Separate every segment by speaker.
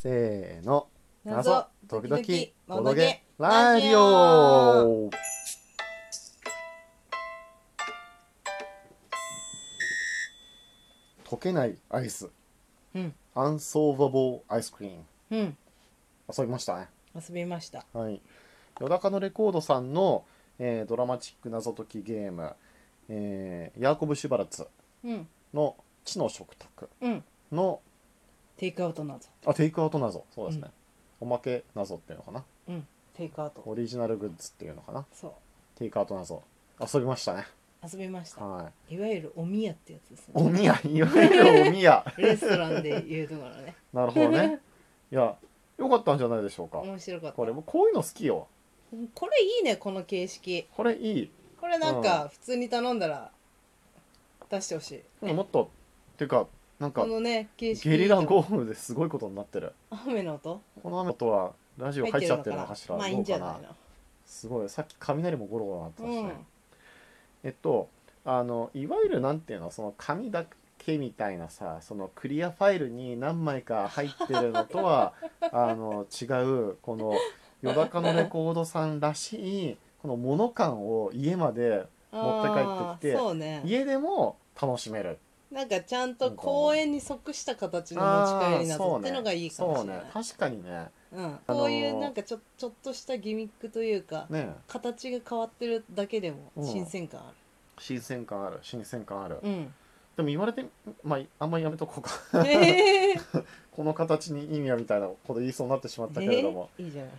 Speaker 1: せーの
Speaker 2: 謎時々
Speaker 1: ボ
Speaker 2: ボ
Speaker 1: ド
Speaker 2: ド
Speaker 1: ゲ
Speaker 2: ゲ
Speaker 1: ラ
Speaker 2: ラ
Speaker 1: ジ
Speaker 2: ジ
Speaker 1: オ
Speaker 2: オ
Speaker 1: 溶けないアイス
Speaker 2: うん
Speaker 1: アンソーバボーアイスクリーム
Speaker 2: うん
Speaker 1: 遊びましたね
Speaker 2: 遊びました
Speaker 1: はいよだかのレコードさんの、えードラマチック謎解きゲーム、えーヤーコブ・シュバラツ
Speaker 2: うん
Speaker 1: の「地の食卓
Speaker 2: うん」
Speaker 1: の
Speaker 2: テイクアウト謎
Speaker 1: あテイクアウト謎そうですね、おまけ謎っていうのかな
Speaker 2: うんテイクアウト
Speaker 1: オリジナルグッズっていうのかな
Speaker 2: そう
Speaker 1: テイクアウト謎遊びましたね
Speaker 2: 遊びました
Speaker 1: はい
Speaker 2: いわゆるおみやってやつです
Speaker 1: お
Speaker 2: ね
Speaker 1: みやいわゆ るおみや
Speaker 2: レストランで言うところ ね
Speaker 1: なるほどねいやよかったんじゃないでしょうか
Speaker 2: 面白かった
Speaker 1: これもこういうの好きよ
Speaker 2: うんこれいいねこの形式
Speaker 1: これいい
Speaker 2: これなんか普通に頼んだら出してほしい
Speaker 1: もっとっていうかなんか
Speaker 2: このね形式
Speaker 1: ゲリラ豪雨ですごいことになってる
Speaker 2: 雨の音
Speaker 1: この雨の音はラジオ入っちゃってるのかしら
Speaker 2: まあいい
Speaker 1: どうん
Speaker 2: じ
Speaker 1: か
Speaker 2: ゃな
Speaker 1: ない
Speaker 2: の
Speaker 1: すごいさっき雷もゴロゴロなってたし
Speaker 2: うん
Speaker 1: ねえっとあのいわゆるなんていうのその紙だけみたいなさそのクリアファイルに何枚か入ってるのと はあの違うこのよだかのレコードさんらしいこの物感を家まで持って帰ってきて
Speaker 2: あーそうね
Speaker 1: 家でも楽しめる
Speaker 2: なんかちゃんと公園に即した形の持ち帰り謎ってのがいいかもしれない
Speaker 1: あーそうね確かにね
Speaker 2: うん
Speaker 1: あのー
Speaker 2: こういうなんかちょちょっとしたギミックというか、
Speaker 1: ね
Speaker 2: 形が変わってるだけでも
Speaker 1: うん
Speaker 2: 新鮮感ある
Speaker 1: 新鮮感ある新鮮感ある、
Speaker 2: うん、
Speaker 1: でも言われてまああんまりやめとこうか
Speaker 2: えー、
Speaker 1: この形に意味はみたいなこと言いそうになってしまったけれども、
Speaker 2: えーいいじゃない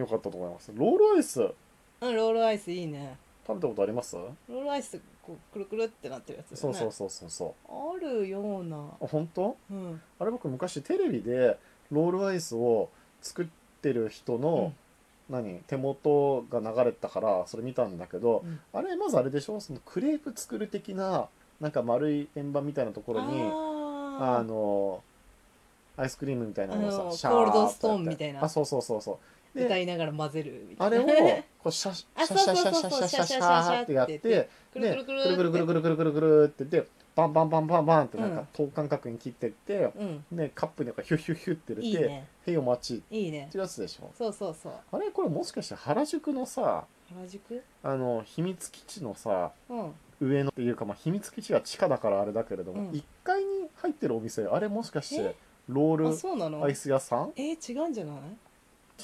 Speaker 1: よかったと思いますロールアイス
Speaker 2: うんロールアイスいいね
Speaker 1: 食べたことあります
Speaker 2: ロールアイスこうくるくるってなってるやつだ
Speaker 1: そ
Speaker 2: よ
Speaker 1: う
Speaker 2: ね
Speaker 1: そうそうそうそ
Speaker 2: あるような
Speaker 1: うあ本当
Speaker 2: うん
Speaker 1: あれ僕昔テレビでロールアイスを作ってる人の、何手元が流れてたからそれ見たんだけど、
Speaker 2: うん
Speaker 1: あれまずあれでしょそのクレープ作る的ななんか丸い円盤みたいなところにあ
Speaker 2: あー
Speaker 1: のアイスクリームみたいなの
Speaker 2: あ
Speaker 1: を
Speaker 2: の
Speaker 1: さ
Speaker 2: コールド
Speaker 1: ーっとやって
Speaker 2: ストーンみたいな
Speaker 1: あそうそうそうそう
Speaker 2: 歌
Speaker 1: で
Speaker 2: いながら混ぜるみた
Speaker 1: あ
Speaker 2: いな
Speaker 1: れを こうシャシャシャシャシャシャシャシャシャってやって
Speaker 2: く
Speaker 1: で
Speaker 2: る
Speaker 1: く
Speaker 2: く
Speaker 1: るく
Speaker 2: るく
Speaker 1: る
Speaker 2: る
Speaker 1: くる
Speaker 2: く
Speaker 1: くるくる
Speaker 2: る
Speaker 1: くるくるってでバンバンバンバンバンってなんか等間隔に切ってって、
Speaker 2: うん
Speaker 1: でカップになんかヒュッヒュッヒュッって入
Speaker 2: いい
Speaker 1: れて
Speaker 2: ね
Speaker 1: 「へいお待ち」っ
Speaker 2: いいね
Speaker 1: てやつでしょ
Speaker 2: そうそうそう
Speaker 1: あれこれもしかして原宿のさ
Speaker 2: 原宿
Speaker 1: あの秘密基地のさ
Speaker 2: うん
Speaker 1: 上のっていうか、まあ、秘密基地は地下だからあれだけれども、
Speaker 2: うん
Speaker 1: 一1階に入ってるお店あれもしかして
Speaker 2: え
Speaker 1: ロ
Speaker 2: あ
Speaker 1: ー
Speaker 2: そうな
Speaker 1: ル
Speaker 2: の
Speaker 1: アイス屋さん
Speaker 2: えー、違うんじゃない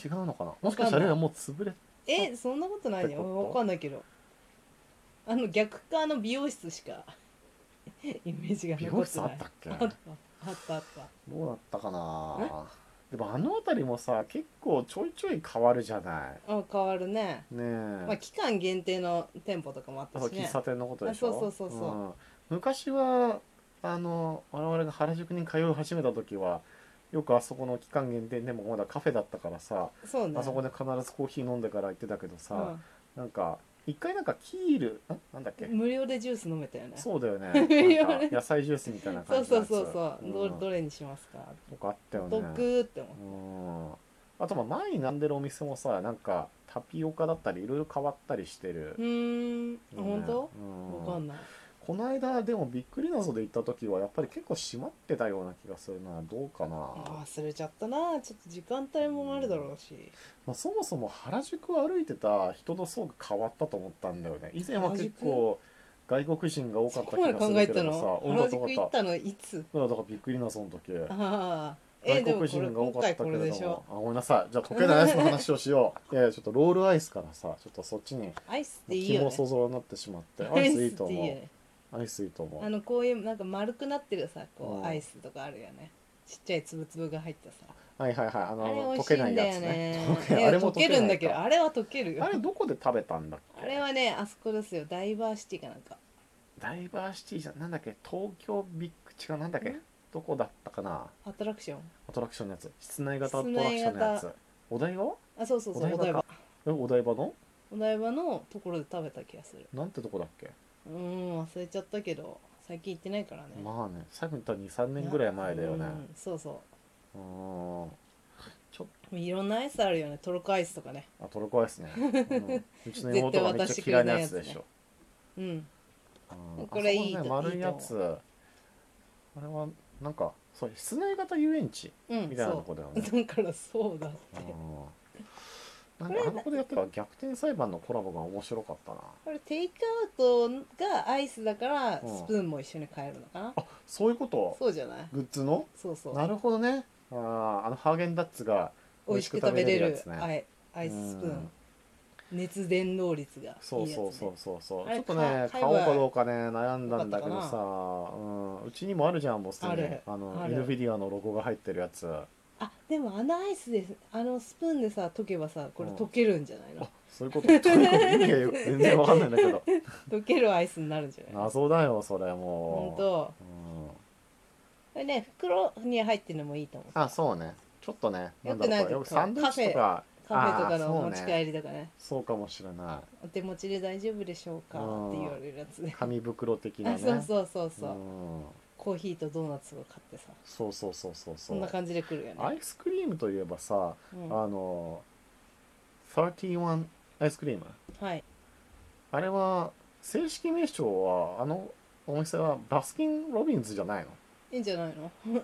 Speaker 1: 違うのかなもしかしてあれはもう潰れ
Speaker 2: えそんなことない
Speaker 1: って
Speaker 2: ね
Speaker 1: こと
Speaker 2: わかんないけどあの逆かの美容室しか イメージが
Speaker 1: 美
Speaker 2: 残
Speaker 1: 容
Speaker 2: って
Speaker 1: 室
Speaker 2: な
Speaker 1: あ
Speaker 2: い
Speaker 1: ったっけ
Speaker 2: あ
Speaker 1: ど
Speaker 2: ったあったあった
Speaker 1: うだったかなでもあの辺りもさ結構ちょいちょい変わるじゃない
Speaker 2: あ変わるね、
Speaker 1: ねえ、
Speaker 2: まあ、期間限定の店舗とかもあった
Speaker 1: そう
Speaker 2: しね
Speaker 1: 喫茶店のことでしょ
Speaker 2: あそうそうそうそうん
Speaker 1: 昔はあの我々が原宿に通い始めた時はよくあそこの期間限定でもまだカフェだったからさ、
Speaker 2: そうね
Speaker 1: あそこ
Speaker 2: で
Speaker 1: で必ずコーヒー飲んでから行ってたけどさ、
Speaker 2: さ、
Speaker 1: なんか一回なんかキールんなんだっ
Speaker 2: う
Speaker 1: け
Speaker 2: ん、無料でジュース飲めたよね
Speaker 1: そうだよね
Speaker 2: いや
Speaker 1: なんか野菜ジュースみたいな
Speaker 2: そ
Speaker 1: 感
Speaker 2: う
Speaker 1: じの
Speaker 2: そ
Speaker 1: や
Speaker 2: う
Speaker 1: つ
Speaker 2: そうそう、ど
Speaker 1: ん
Speaker 2: どれにしますか
Speaker 1: とかあったよ
Speaker 2: お
Speaker 1: ね
Speaker 2: 得って思
Speaker 1: うんあとまあ前に並んでるお店もさなんかタピオカだったりいろいろ変わったりしてる
Speaker 2: うう、ーん
Speaker 1: よね
Speaker 2: 本当
Speaker 1: うん
Speaker 2: わかんない
Speaker 1: この間でもびっくり謎で行った時はやっぱり結構閉まってたような気がするなどうかな、
Speaker 2: あ忘れちゃったなちょっと時間帯もあるだろうし
Speaker 1: まあ、そもそも原宿を歩いてた人の層が変わったと思ったんだよね以前は結構外国人が多か
Speaker 2: そ
Speaker 1: った
Speaker 2: こ
Speaker 1: 気
Speaker 2: まで
Speaker 1: がす
Speaker 2: 考
Speaker 1: る
Speaker 2: え
Speaker 1: け
Speaker 2: た
Speaker 1: どさ
Speaker 2: の
Speaker 1: うん
Speaker 2: 原
Speaker 1: だか
Speaker 2: 宿行
Speaker 1: ら
Speaker 2: ったのいつ
Speaker 1: だからびっくりなその時
Speaker 2: ああえ
Speaker 1: 外
Speaker 2: でも
Speaker 1: 国
Speaker 2: こ
Speaker 1: 人
Speaker 2: れ
Speaker 1: が多
Speaker 2: 今
Speaker 1: かった
Speaker 2: 回
Speaker 1: け
Speaker 2: こ
Speaker 1: れ
Speaker 2: れ
Speaker 1: ど
Speaker 2: でしょ
Speaker 1: もあごめんなさいじゃあ溶けないアイスの話をしよ ういやいやちょっとロールアイスからさちょっとそっちに
Speaker 2: アイスっていい
Speaker 1: 気
Speaker 2: よ
Speaker 1: も
Speaker 2: ね
Speaker 1: そぞろになってしまって
Speaker 2: ア
Speaker 1: アイ
Speaker 2: イ
Speaker 1: ス
Speaker 2: ス
Speaker 1: い
Speaker 2: っ
Speaker 1: いと
Speaker 2: ていいよ
Speaker 1: 思う
Speaker 2: ね
Speaker 1: アイスいいと思
Speaker 2: あ
Speaker 1: う
Speaker 2: のこういうなんか丸くなってるさこ
Speaker 1: うん
Speaker 2: うアイスとかあるよねちっちゃいつぶつぶが入ったさ
Speaker 1: はいはいはいあ
Speaker 2: あれ
Speaker 1: の
Speaker 2: 美
Speaker 1: 溶
Speaker 2: 味し
Speaker 1: け
Speaker 2: いん
Speaker 1: ない
Speaker 2: だ
Speaker 1: や
Speaker 2: よ
Speaker 1: つ
Speaker 2: ね
Speaker 1: ね
Speaker 2: い
Speaker 1: 溶け
Speaker 2: や
Speaker 1: あれも溶
Speaker 2: 溶
Speaker 1: け
Speaker 2: け
Speaker 1: ない
Speaker 2: る
Speaker 1: か
Speaker 2: んだけどあれは溶ける よ
Speaker 1: あれどこで食べたんだっけ
Speaker 2: あれはねあそこですよダイバーシティかなんか
Speaker 1: ダイバーシティじゃなんだっけ東京ビッグ違うなんだっけ
Speaker 2: ん
Speaker 1: どこだったかな
Speaker 2: アトラクション
Speaker 1: アトラクションのやつ室内型アトラクションのや
Speaker 2: 室
Speaker 1: つお台場
Speaker 2: あそうそうそう
Speaker 1: お台
Speaker 2: お台
Speaker 1: 場
Speaker 2: 場
Speaker 1: えお台場の
Speaker 2: お台場のところで食べた気がする
Speaker 1: なんてとこだっけ
Speaker 2: うーん忘れちゃったけど最近行ってないからね
Speaker 1: まあね最後に言ったら23年ぐらい前だよね
Speaker 2: うんそうそう
Speaker 1: うーんちょっ
Speaker 2: いろんなアイスあるよねトルコアイスとかね
Speaker 1: とあトルコアイスね、 うんうちの妹がめっちゃ嫌いなやつでしょ
Speaker 2: うん
Speaker 1: うん
Speaker 2: これいい
Speaker 1: あそこね
Speaker 2: と
Speaker 1: 丸いや
Speaker 2: いいと
Speaker 1: つあれはなんかそう室内型遊園地
Speaker 2: うん
Speaker 1: みたいなと
Speaker 2: そ
Speaker 1: こだよ
Speaker 2: う
Speaker 1: ね、
Speaker 2: だからそうだっ
Speaker 1: うん
Speaker 2: て、
Speaker 1: なんかあの子でやってた逆転裁判のコラボが面白かったな
Speaker 2: これテイクアウトがアイスだから
Speaker 1: うん
Speaker 2: スプーンも一緒に買えるのかな、
Speaker 1: あそういうこと
Speaker 2: そうじゃない
Speaker 1: グッズの
Speaker 2: そうそう
Speaker 1: なるほどねあーあのハーゲンダッツが
Speaker 2: 美味しく食べれ
Speaker 1: 美
Speaker 2: る
Speaker 1: 味しく食べれるやつね
Speaker 2: アイアイススプーン、
Speaker 1: うん
Speaker 2: 熱伝導率がいいやつ、
Speaker 1: そ
Speaker 2: ね、
Speaker 1: うそうそうそうそう、
Speaker 2: あれ
Speaker 1: ちょっとね
Speaker 2: か
Speaker 1: 買おう
Speaker 2: 買えば
Speaker 1: かどうかね悩んだんだけど
Speaker 2: よかった
Speaker 1: さ、うん、うちにもあるじゃんボス
Speaker 2: あ
Speaker 1: に
Speaker 2: る
Speaker 1: あの
Speaker 2: あ
Speaker 1: イ
Speaker 2: る
Speaker 1: ルフィディアのロゴが入ってるやつあ
Speaker 2: あでもあのアイスですあのスプーンでさ溶けばさこれ溶けるんじゃないの、
Speaker 1: そういうことどういうこと意味がよく全然わかんないんだけ ど
Speaker 2: 溶けるアイスになるんじゃない
Speaker 1: 謎だよそれ
Speaker 2: ほ
Speaker 1: も
Speaker 2: ん
Speaker 1: う、
Speaker 2: と
Speaker 1: うん、
Speaker 2: これね袋に入ってるのもいいと思う
Speaker 1: あそうねちょっとね
Speaker 2: よ
Speaker 1: な
Speaker 2: く
Speaker 1: んだろう
Speaker 2: ない
Speaker 1: これ
Speaker 2: けど
Speaker 1: よくサンドイッチとか
Speaker 2: カフェとか
Speaker 1: あー
Speaker 2: の
Speaker 1: そう
Speaker 2: 持
Speaker 1: ね
Speaker 2: ち帰りとかね
Speaker 1: そうかもしれな
Speaker 2: お手持ちで大丈夫でしょうか
Speaker 1: うん
Speaker 2: って言われるやつ
Speaker 1: い
Speaker 2: ね
Speaker 1: 紙袋的な
Speaker 2: あ
Speaker 1: ね
Speaker 2: そうそうそうそう、
Speaker 1: うん
Speaker 2: コーヒーとドーナツを買ってさ
Speaker 1: そうそうそうそう
Speaker 2: そ
Speaker 1: そうん
Speaker 2: な感じで来るよね
Speaker 1: アイスクリームといえばさ、
Speaker 2: うん、
Speaker 1: あの31アイスクリーム
Speaker 2: はい
Speaker 1: あれは正式名称はあのお店はバスキン・ロビンズじゃないの
Speaker 2: いいんじゃないの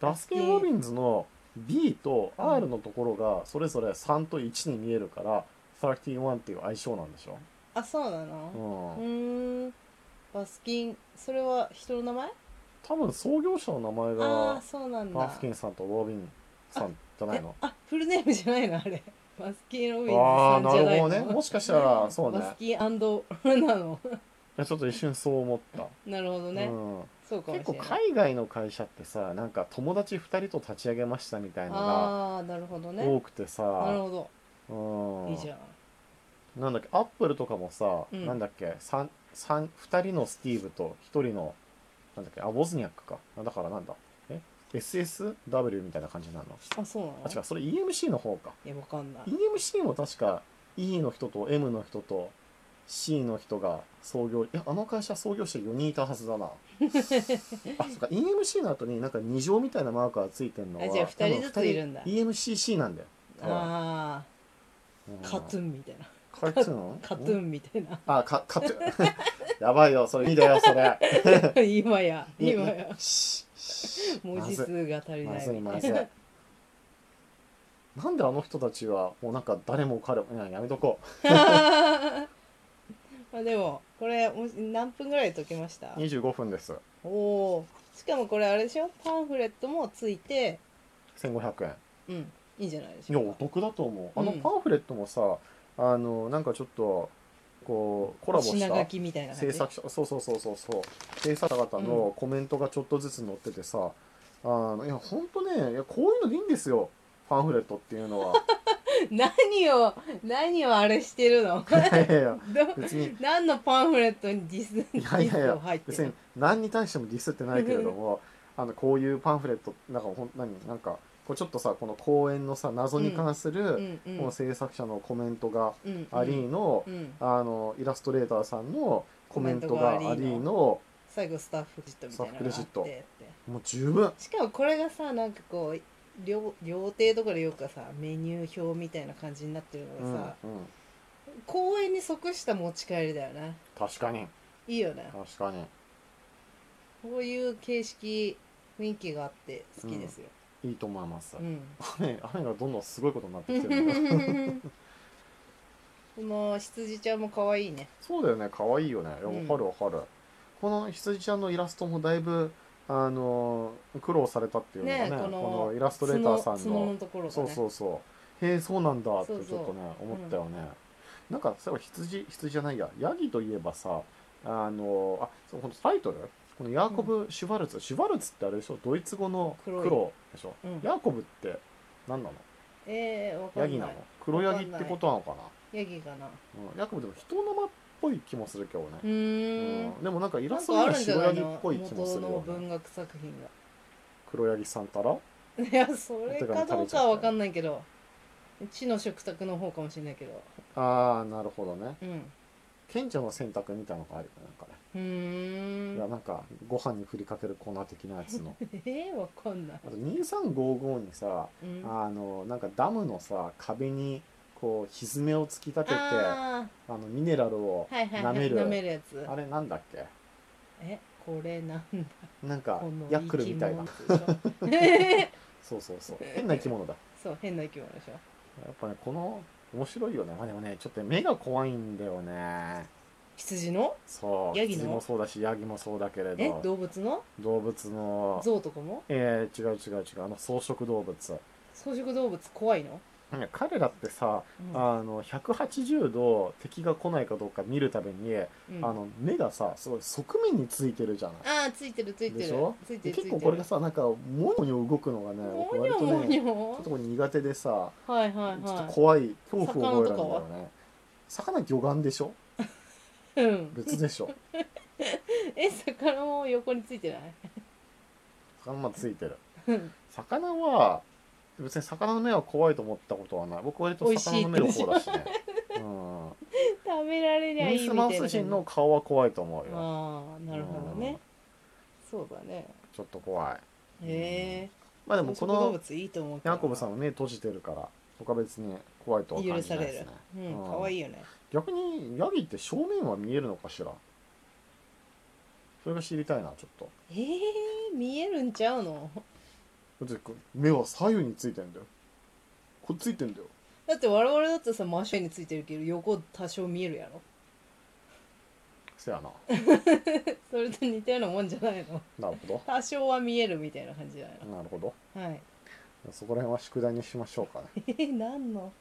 Speaker 1: バスキン・ロビンズの B と R のところがそれぞれ3と1に見えるから31っていう相性なんでしょ、
Speaker 2: あそうなの、う
Speaker 1: うん
Speaker 2: ーんバスキンそれは人の名前
Speaker 1: 多分創業者の名前
Speaker 2: ああ
Speaker 1: が
Speaker 2: ーそうなんだ
Speaker 1: バスキンさんとロビンさんじゃないの
Speaker 2: えあフルネームじゃないのあれ バスキン・ロビンズ
Speaker 1: あ
Speaker 2: さ
Speaker 1: あ
Speaker 2: ん
Speaker 1: な
Speaker 2: じゃ
Speaker 1: る
Speaker 2: ないの
Speaker 1: ほどねもしかしたらそうね
Speaker 2: バスキンなの
Speaker 1: いやちょっと一瞬そう思った、
Speaker 2: なるほどね、
Speaker 1: うん、
Speaker 2: そうかも
Speaker 1: 結
Speaker 2: し
Speaker 1: 構
Speaker 2: れない
Speaker 1: 海外の会社ってさなんか友達2人と立ち上げましたみたいなのが
Speaker 2: ああーなるほどね
Speaker 1: 多くて
Speaker 2: なる
Speaker 1: さ、
Speaker 2: ほど
Speaker 1: うん、
Speaker 2: いいじゃん
Speaker 1: なんだっけアップルとかもさ、
Speaker 2: うん
Speaker 1: なんだっけ三三二人のスティーブと一人のなんだっけあボズニャックかあだからなんだえ SSW みたいな感じになるの
Speaker 2: あそうなの
Speaker 1: あ違うそれ EMC の方か
Speaker 2: いやわかんない
Speaker 1: EMC も確か E の人と M の人と C の人が創業いやあの会社創業者4人いたはず だなあそっか EMC の後になんか二乗みたいなマークがついてるのは
Speaker 2: あじゃあ二人ずつ
Speaker 1: 多分二
Speaker 2: いるんだ
Speaker 1: EMCC なんだよ
Speaker 2: あ
Speaker 1: うん
Speaker 2: あカトゥンみたいな
Speaker 1: カトゥーン
Speaker 2: カトゥンみたいな
Speaker 1: あ、か、カット。 やばいよ、それ、いいだよ、それ。
Speaker 2: 今や今や
Speaker 1: しし
Speaker 2: 文字数が足り
Speaker 1: ま
Speaker 2: ない
Speaker 1: ずい、まずい。なんであの人たちは、もうなんか誰も彼も、いや、やめとこ
Speaker 2: まあでもこれもし何分ぐらいで解けました
Speaker 1: う。25分です。
Speaker 2: おおーしかもこれあれでしょパンフレットもついて
Speaker 1: 1500円。
Speaker 2: うんいいんじゃないでし
Speaker 1: いや、
Speaker 2: ょう
Speaker 1: お
Speaker 2: か
Speaker 1: 得だと思う。あの
Speaker 2: うん
Speaker 1: パンフレットもさ、あの、なんかちょっと、こう、コラボし
Speaker 2: 品書
Speaker 1: た。
Speaker 2: きみたいな感
Speaker 1: 制
Speaker 2: じ
Speaker 1: 作者、そうそうそうそうそう。制作者方のコメントがちょっとずつ載っててさ、あの、いや、ほんとね、いや、こういうのでいいんですよ。パンフレットっていうの は。
Speaker 2: 何を何をあれしてるの
Speaker 1: いやいやいや、
Speaker 2: ど
Speaker 1: 別に。
Speaker 2: 何のパンフレットにディスデ
Speaker 1: いやいや
Speaker 2: ィ
Speaker 1: い
Speaker 2: スを
Speaker 1: や
Speaker 2: 入って
Speaker 1: 別
Speaker 2: る
Speaker 1: に何に対してもディスってないけれどもあのこういうパンフレットなんかほん何なんかこうちょっとさこの公演のさ謎に関す
Speaker 2: う
Speaker 1: る、
Speaker 2: んうん
Speaker 1: この制作者のコメントが
Speaker 2: うん
Speaker 1: ありの
Speaker 2: う、ん
Speaker 1: あのイラストレーターさんのコメントがあ
Speaker 2: コメントがあり
Speaker 1: り
Speaker 2: の
Speaker 1: の
Speaker 2: 最後スタッフクレジットみたい
Speaker 1: スタッ
Speaker 2: なのがあって
Speaker 1: フクレジ
Speaker 2: って
Speaker 1: もう十分
Speaker 2: しかもこれがさなんかこう料料亭とかでよくさメニュー表みたいな感じになってる
Speaker 1: う
Speaker 2: の
Speaker 1: ん、う
Speaker 2: が
Speaker 1: ん
Speaker 2: さ、、公園に即した持ち帰りだよね
Speaker 1: 確かに
Speaker 2: いいよね
Speaker 1: 確かに
Speaker 2: こういう形式雰囲気があって好きですよ、
Speaker 1: いいと思います、
Speaker 2: うん
Speaker 1: 雨雨がどんどんすごいことになってきてるね
Speaker 2: この羊ちゃんも可愛いね。
Speaker 1: そうだよね可愛いよねいやわ
Speaker 2: うん
Speaker 1: かるわかる、この羊ちゃんのイラストもだいぶあの苦労されたっていうのがね
Speaker 2: ねえこ
Speaker 1: こ
Speaker 2: の
Speaker 1: のイラストレーターさん
Speaker 2: 角角のところがね。
Speaker 1: そうそうそうへえそうなんだって
Speaker 2: そう
Speaker 1: ち
Speaker 2: そう
Speaker 1: ょっとね思ったよね、なんかそういえば羊羊じゃないやヤギといえばさあのあそうこのタイトルこのヤーコブ・シュバルツ、シュバルツってあれでしょドイツ語の
Speaker 2: 黒い
Speaker 1: 黒でしょ、
Speaker 2: うん
Speaker 1: ヤーコブって何なの
Speaker 2: ええー、わか
Speaker 1: ヤギ
Speaker 2: ん
Speaker 1: な
Speaker 2: な
Speaker 1: の
Speaker 2: い。
Speaker 1: 黒ヤギってことなのかな
Speaker 2: ヤギかな。
Speaker 1: うん、ヤーコブでも人の名前っぽい気もするけどね、
Speaker 2: うーん。
Speaker 1: うんでもなんかイラ
Speaker 2: な
Speaker 1: ス
Speaker 2: ん
Speaker 1: トに
Speaker 2: かあ
Speaker 1: は
Speaker 2: るんじゃ
Speaker 1: 白
Speaker 2: な
Speaker 1: ヤ
Speaker 2: い
Speaker 1: ギっ
Speaker 2: の
Speaker 1: ぽい気もす
Speaker 2: 元
Speaker 1: る
Speaker 2: の
Speaker 1: よ
Speaker 2: 文
Speaker 1: ね
Speaker 2: 学作品が。
Speaker 1: 黒ヤギさんたら
Speaker 2: いやそれかどうかはわかんないけど地の食卓の方かもしれないけど
Speaker 1: ああなるほどね
Speaker 2: うん
Speaker 1: 賢者の選択みたいなのがあるよねなんかね、
Speaker 2: うー
Speaker 1: いや
Speaker 2: ん
Speaker 1: なんかご飯に振りかける粉的なやつ の
Speaker 2: えー、わかんない
Speaker 1: あ、と2355にさ
Speaker 2: うん、
Speaker 1: あのなんかダムのさ壁にこうひずめを突き立ててあ
Speaker 2: あ
Speaker 1: のミネラルを
Speaker 2: ーはいはいは
Speaker 1: 舐
Speaker 2: い
Speaker 1: める、
Speaker 2: 舐めるやつ
Speaker 1: あれなんだっけ
Speaker 2: えこれなんだ
Speaker 1: なんか
Speaker 2: この
Speaker 1: ヤックルみたいな
Speaker 2: 生き物でしょ
Speaker 1: そうそうそう変な生き物だ
Speaker 2: そう変な生き物でしょ
Speaker 1: やっぱねこの面白いよねまあでもねちょっと目が怖いんだよね
Speaker 2: 羊の
Speaker 1: そう
Speaker 2: ヤギの
Speaker 1: 羊もそうだしヤギもそうだけれ
Speaker 2: え
Speaker 1: ど
Speaker 2: 動物の
Speaker 1: 動物の
Speaker 2: 象とかも
Speaker 1: えー、違う違う違うあの草食動物
Speaker 2: 草食動物怖いの、
Speaker 1: なんか彼らってさ
Speaker 2: うん
Speaker 1: あの180度敵が来ないかどうか見るために、
Speaker 2: うん
Speaker 1: あの目がさすごい側面についてるじゃない
Speaker 2: あーついてるついて
Speaker 1: で
Speaker 2: る
Speaker 1: しょ
Speaker 2: ついて
Speaker 1: で
Speaker 2: るついて
Speaker 1: 結構
Speaker 2: る
Speaker 1: これがさなんかモニョモニョ動くのがね
Speaker 2: モ
Speaker 1: 僕
Speaker 2: ニ
Speaker 1: 割と
Speaker 2: ョモニ
Speaker 1: ねちょっ
Speaker 2: ョ
Speaker 1: と苦手でさ
Speaker 2: はいはい
Speaker 1: ちょっと
Speaker 2: は
Speaker 1: 怖い恐怖を覚えるんだよね魚魚眼でしょ
Speaker 2: いうん
Speaker 1: 別でし ょ
Speaker 2: え魚も横についてない
Speaker 1: 魚までついてる
Speaker 2: うん
Speaker 1: 魚は別に魚の目は怖いと思ったことはない僕割と魚の目の方だしね うん
Speaker 2: 食べられりゃい
Speaker 1: ミス
Speaker 2: いみたいな
Speaker 1: マ
Speaker 2: 感
Speaker 1: ウ
Speaker 2: じ
Speaker 1: ス人の顔は怖いと思うよ
Speaker 2: ああなるほどねそうだね
Speaker 1: ちょっと怖い
Speaker 2: へえ
Speaker 1: まあでもこ
Speaker 2: 草食動
Speaker 1: の
Speaker 2: 物いいと思うけど
Speaker 1: ヤコブさんは目閉じてるから僕は別に怖いとは感
Speaker 2: 許
Speaker 1: じな
Speaker 2: さ
Speaker 1: い
Speaker 2: れ
Speaker 1: です
Speaker 2: る
Speaker 1: ね
Speaker 2: うん
Speaker 1: うん
Speaker 2: 可愛いよね
Speaker 1: 逆にヤギって正面は見えるのかしらそれが知りたいなちょっと
Speaker 2: えー、見えるんちゃうの
Speaker 1: だって目は左右についてんだよこっついてんだよ
Speaker 2: だって我々だってさ真正面についてるけど横多少見えるやろ
Speaker 1: せやな
Speaker 2: それと似たようなもんじゃないの
Speaker 1: なるほ
Speaker 2: 多少は見えるみたいな感じじゃない
Speaker 1: どなるほど
Speaker 2: のはい
Speaker 1: そこら辺は宿題にしましょうかね
Speaker 2: えー、何の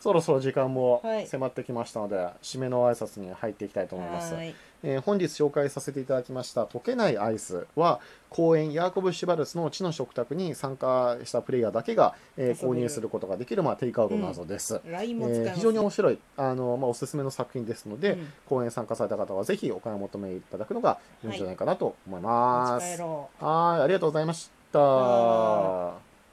Speaker 1: そろそろ時間も
Speaker 2: はい
Speaker 1: 迫ってきましたので、締めの挨拶に入っていきたいと思います
Speaker 2: はーい
Speaker 1: えー本日紹介させていただきました「溶けないアイス」は公演ヤーコブ・シュバルツの地の食卓に参加したプレイヤーだけが、えー
Speaker 2: 遊
Speaker 1: 購
Speaker 2: べる
Speaker 1: 入することができる、まあ、テイクアウトなどです、
Speaker 2: LINE も使え
Speaker 1: え
Speaker 2: ます、
Speaker 1: ー非常に面白いあの、まあ、おすすめの作品ですので、
Speaker 2: うん
Speaker 1: 公演参加された方はぜひお買い求めいただくのがいいんじゃないかなと思いま
Speaker 2: 持ち帰
Speaker 1: す。
Speaker 2: ろう
Speaker 1: はい、ありがとうございました。
Speaker 2: は